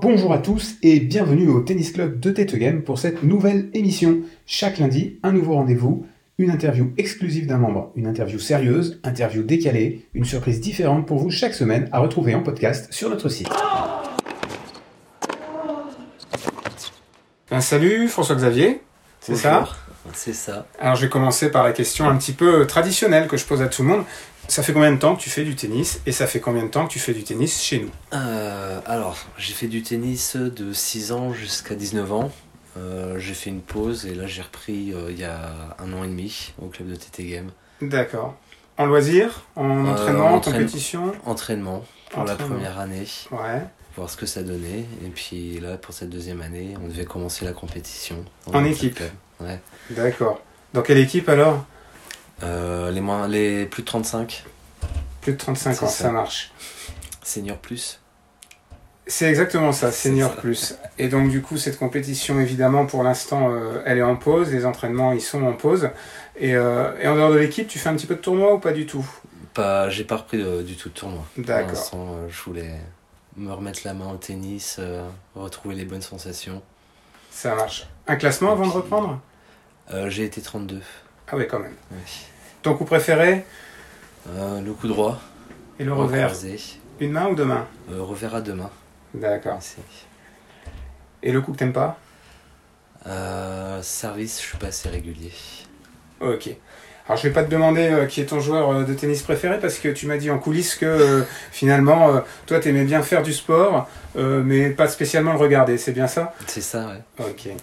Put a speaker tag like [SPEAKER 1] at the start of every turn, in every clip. [SPEAKER 1] Bonjour à tous et bienvenue au Tennis Club de Tête Game pour cette nouvelle émission. Chaque lundi, un nouveau rendez-vous, une interview exclusive d'un membre, une interview sérieuse, interview décalée, une surprise différente pour vous chaque semaine à retrouver en podcast sur notre site. Ben, salut François-Xavier, c'est ça
[SPEAKER 2] Bonjour. C'est ça.
[SPEAKER 1] Alors je vais commencer par la question un petit peu traditionnelle que je pose à tout le monde. Ça fait combien de temps que tu fais du tennis et ça fait combien de temps que tu fais du tennis chez nous
[SPEAKER 2] Euh, alors, j'ai fait du tennis de 6 ans jusqu'à 19 ans. Euh, j'ai fait une pause et là j'ai repris euh, il y a un an et demi au club de TT Game.
[SPEAKER 1] D'accord. En loisir, en
[SPEAKER 2] Euh,
[SPEAKER 1] entraînement, en
[SPEAKER 2] entraîne-
[SPEAKER 1] compétition
[SPEAKER 2] Entraînement pour la
[SPEAKER 1] Entraînement.
[SPEAKER 2] première année,
[SPEAKER 1] Ouais.
[SPEAKER 2] voir ce que ça donnait. Et puis là pour cette deuxième année, on devait commencer la compétition.
[SPEAKER 1] En équipe.
[SPEAKER 2] Ouais.
[SPEAKER 1] D'accord. Dans quelle équipe alors
[SPEAKER 2] Euh, les, moins, les plus de 35,
[SPEAKER 1] Plus de 35
[SPEAKER 2] C'est
[SPEAKER 1] ans, ça,
[SPEAKER 2] ça.
[SPEAKER 1] marche.
[SPEAKER 2] senior plus.
[SPEAKER 1] C'est exactement ça,
[SPEAKER 2] C'est
[SPEAKER 1] Senior
[SPEAKER 2] ça.
[SPEAKER 1] Plus. Et donc du coup, cette compétition, évidemment, pour l'instant, euh, elle est en pause. Les entraînements, ils sont en pause. Et, euh, et en dehors de l'équipe, tu fais un petit peu de tournoi ou pas du tout
[SPEAKER 2] Pas, j'ai pas repris de- du tout de tournoi. Pour
[SPEAKER 1] D'accord.
[SPEAKER 2] l'instant, euh, je voulais me remettre la main au tennis, euh, retrouver les bonnes sensations.
[SPEAKER 1] Ça marche. Un classement avant de reprendre
[SPEAKER 2] Euh, j'ai été 32.
[SPEAKER 1] Ah ouais, quand même.
[SPEAKER 2] oui.
[SPEAKER 1] Ton coup préféré
[SPEAKER 2] Euh, le coup droit.
[SPEAKER 1] et le revers
[SPEAKER 2] croisé.
[SPEAKER 1] Une main ou deux mains
[SPEAKER 2] Euh, revers à deux mains.
[SPEAKER 1] D'accord.
[SPEAKER 2] C'est-
[SPEAKER 1] Et le coup que t'aimes pas
[SPEAKER 2] Euh, service, je suis pas assez régulier.
[SPEAKER 1] Ok. Alors je vais pas te demander euh, qui est ton joueur euh, de tennis préféré parce que tu m'as dit en coulisses que euh, finalement euh, toi t'aimais bien faire du sport euh, mais pas spécialement le regarder, c'est bien ça
[SPEAKER 2] C'est ça, ouais.
[SPEAKER 1] Ok.
[SPEAKER 2] Ouais.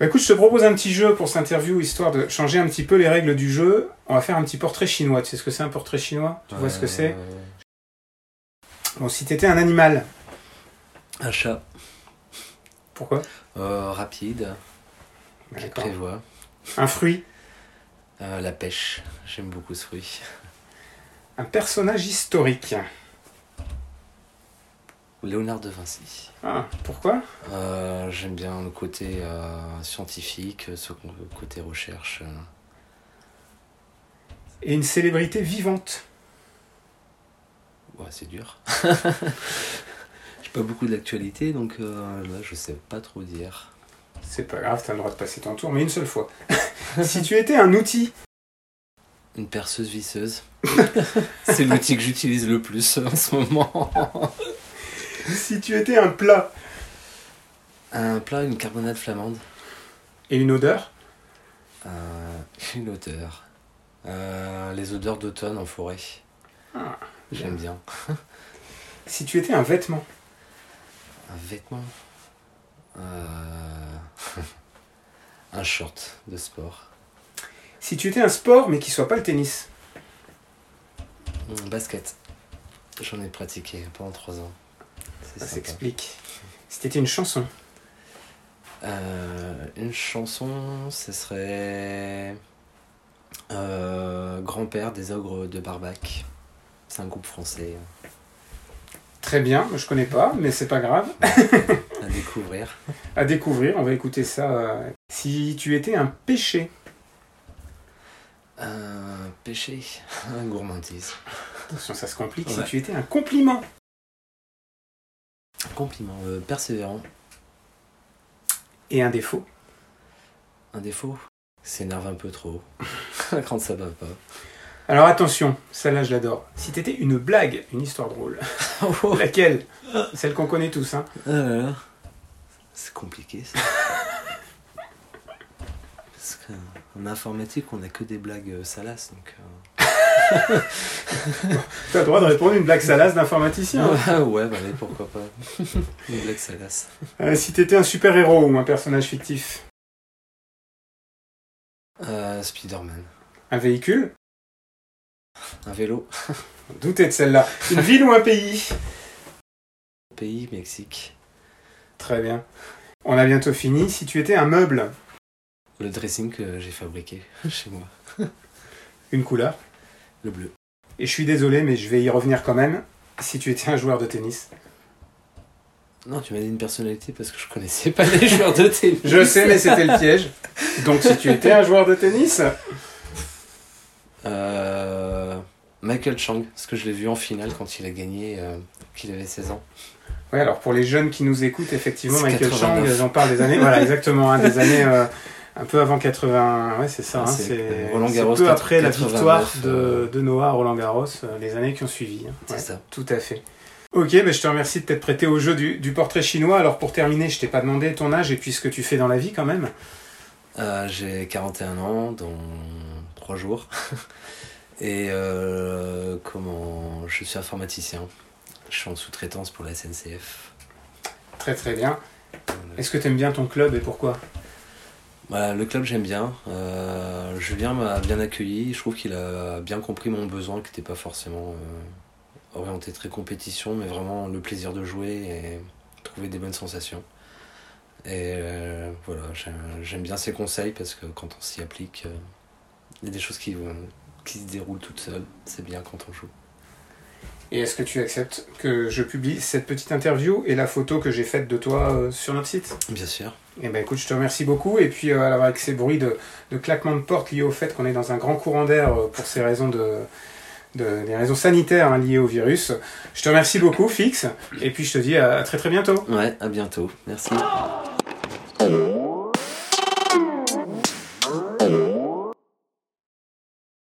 [SPEAKER 1] Bah écoute, je te propose un petit jeu pour cette interview histoire de changer un petit peu les règles du jeu. On va faire un petit portrait chinois. Tu sais ce que c'est un portrait chinois Tu vois ce que
[SPEAKER 2] Euh,
[SPEAKER 1] c'est Bon, si t'étais un animal,
[SPEAKER 2] Un chat
[SPEAKER 1] pourquoi
[SPEAKER 2] euh, rapide, qui
[SPEAKER 1] D'accord.
[SPEAKER 2] prévoit.
[SPEAKER 1] Un fruit,
[SPEAKER 2] Euh, la pêche, j'aime beaucoup ce fruit.
[SPEAKER 1] un personnage historique.
[SPEAKER 2] Léonard de Vinci.
[SPEAKER 1] Ah, pourquoi
[SPEAKER 2] Euh, j'aime bien le côté euh, scientifique, ce qu'on- le côté recherche. euh.
[SPEAKER 1] Et une célébrité vivante.
[SPEAKER 2] Ouais, c'est dur. J'ai pas beaucoup d'actualité, donc euh, là, je sais pas trop dire.
[SPEAKER 1] C'est pas grave, t'as le droit de passer ton tour, mais une seule fois. si tu étais un outil,
[SPEAKER 2] Une perceuse visseuse. c'est l'outil que j'utilise le plus en ce moment.
[SPEAKER 1] si tu étais un plat
[SPEAKER 2] Un plat, une carbonade flamande.
[SPEAKER 1] et une odeur,
[SPEAKER 2] Euh, une odeur. Euh, les odeurs d'automne en forêt.
[SPEAKER 1] Ah,
[SPEAKER 2] J'aime bien.
[SPEAKER 1] si tu étais un vêtement,
[SPEAKER 2] Un vêtement. Euh, un short de sport.
[SPEAKER 1] si tu étais un sport mais qui soit pas le tennis,
[SPEAKER 2] Un basket. J'en ai pratiqué pendant 3 ans. C'est
[SPEAKER 1] ça
[SPEAKER 2] sympa.
[SPEAKER 1] s'explique. Si t'étais une chanson,
[SPEAKER 2] Euh, une chanson, ce serait euh, Grand-père des ogres de Barbac. C'est un groupe français
[SPEAKER 1] très bien, je connais pas, mais c'est pas grave.
[SPEAKER 2] à découvrir.
[SPEAKER 1] À découvrir, on va écouter ça. euh. Si tu étais un péché,
[SPEAKER 2] Un péché, un gourmandise.
[SPEAKER 1] attention, ça se complique. Si
[SPEAKER 2] Ouais.
[SPEAKER 1] tu étais un compliment,
[SPEAKER 2] Un compliment, euh, persévérant.
[SPEAKER 1] et un défaut,
[SPEAKER 2] Un défaut, s'énerve un peu trop quand ça va pas.
[SPEAKER 1] alors attention, celle-là je l'adore. Si t'étais une blague, une histoire drôle,
[SPEAKER 2] Oh.
[SPEAKER 1] laquelle Celle qu'on connaît tous, hein.
[SPEAKER 2] Ah là là. C'est compliqué ça. Parce qu'en informatique, on a que des blagues euh, salaces donc. euh,
[SPEAKER 1] T'as le droit de répondre une blague salace d'informaticien. hein.
[SPEAKER 2] Ouais, ouais, bah allez, pourquoi pas. Une blague sagace.
[SPEAKER 1] Euh, si t'étais un super-héros ou un personnage fictif,
[SPEAKER 2] Euh, Spider-Man.
[SPEAKER 1] un véhicule,
[SPEAKER 2] Un vélo.
[SPEAKER 1] doutez de celle-là. Une ville ou un pays
[SPEAKER 2] Pays, Mexique.
[SPEAKER 1] Très bien. On a bientôt fini. Si tu étais un meuble,
[SPEAKER 2] Le dressing que j'ai fabriqué chez moi.
[SPEAKER 1] une couleur,
[SPEAKER 2] Le bleu.
[SPEAKER 1] et je suis désolé mais je vais y revenir quand même, si tu étais un joueur de tennis.
[SPEAKER 2] Non, tu m'as dit une personnalité parce que je connaissais pas les joueurs de tennis.
[SPEAKER 1] Je sais mais c'était le piège. Donc si tu étais un joueur de tennis,
[SPEAKER 2] Euh. Michael Chang, parce que je l'ai vu en finale quand il a gagné, euh, qu'il avait 16 ans.
[SPEAKER 1] Ouais, alors pour les jeunes qui nous écoutent, effectivement,
[SPEAKER 2] C'est
[SPEAKER 1] Michael
[SPEAKER 2] 89.
[SPEAKER 1] Chang, j'en parle des années, voilà, exactement, hein, des années euh, un peu avant 80. Ouais, c'est ça,
[SPEAKER 2] Ah,
[SPEAKER 1] hein,
[SPEAKER 2] c'est,
[SPEAKER 1] c'est
[SPEAKER 2] euh, Roland
[SPEAKER 1] c'est
[SPEAKER 2] Garros,
[SPEAKER 1] peu après la
[SPEAKER 2] 89,
[SPEAKER 1] victoire de,
[SPEAKER 2] euh,
[SPEAKER 1] de Noah à Roland Garros, euh, les années qui ont suivi. hein.
[SPEAKER 2] C'est
[SPEAKER 1] Ouais,
[SPEAKER 2] ça.
[SPEAKER 1] tout à fait. Ok, ben je te remercie de t'être prêté au jeu du, du portrait chinois. Alors pour terminer, je t'ai pas demandé ton âge et puis ce que tu fais dans la vie quand même.
[SPEAKER 2] Euh, j'ai 41 ans dans 3 jours. Et euh, comment. Je suis informaticien. Je suis en sous-traitance pour la SNCF.
[SPEAKER 1] Très très bien. Est-ce que t'aimes bien ton club et pourquoi
[SPEAKER 2] Voilà, Bah, le club j'aime bien. Euh, Julien m'a bien accueilli. Je trouve qu'il a bien compris mon besoin, qui n'était pas forcément euh, orienté très compétition, mais vraiment le plaisir de jouer et trouver des bonnes sensations. Et euh, voilà, j'ai- j'aime bien ses conseils parce que quand on s'y applique, euh, il y a des choses qui, vont- qui se déroulent toutes seules. C'est bien quand on joue.
[SPEAKER 1] Et est-ce que tu acceptes que je publie cette petite interview et la photo que j'ai faite de toi euh, sur notre site
[SPEAKER 2] Bien sûr.
[SPEAKER 1] Eh ben écoute, je te remercie beaucoup. Et puis euh, alors, avec ces bruits de, de claquement de porte liés au fait qu'on est dans un grand courant d'air euh, pour ces raisons de, de- des raisons sanitaires hein, liées au virus, je te remercie beaucoup, Fix. Et puis je te dis à- à très très bientôt.
[SPEAKER 2] Ouais, à bientôt. Merci.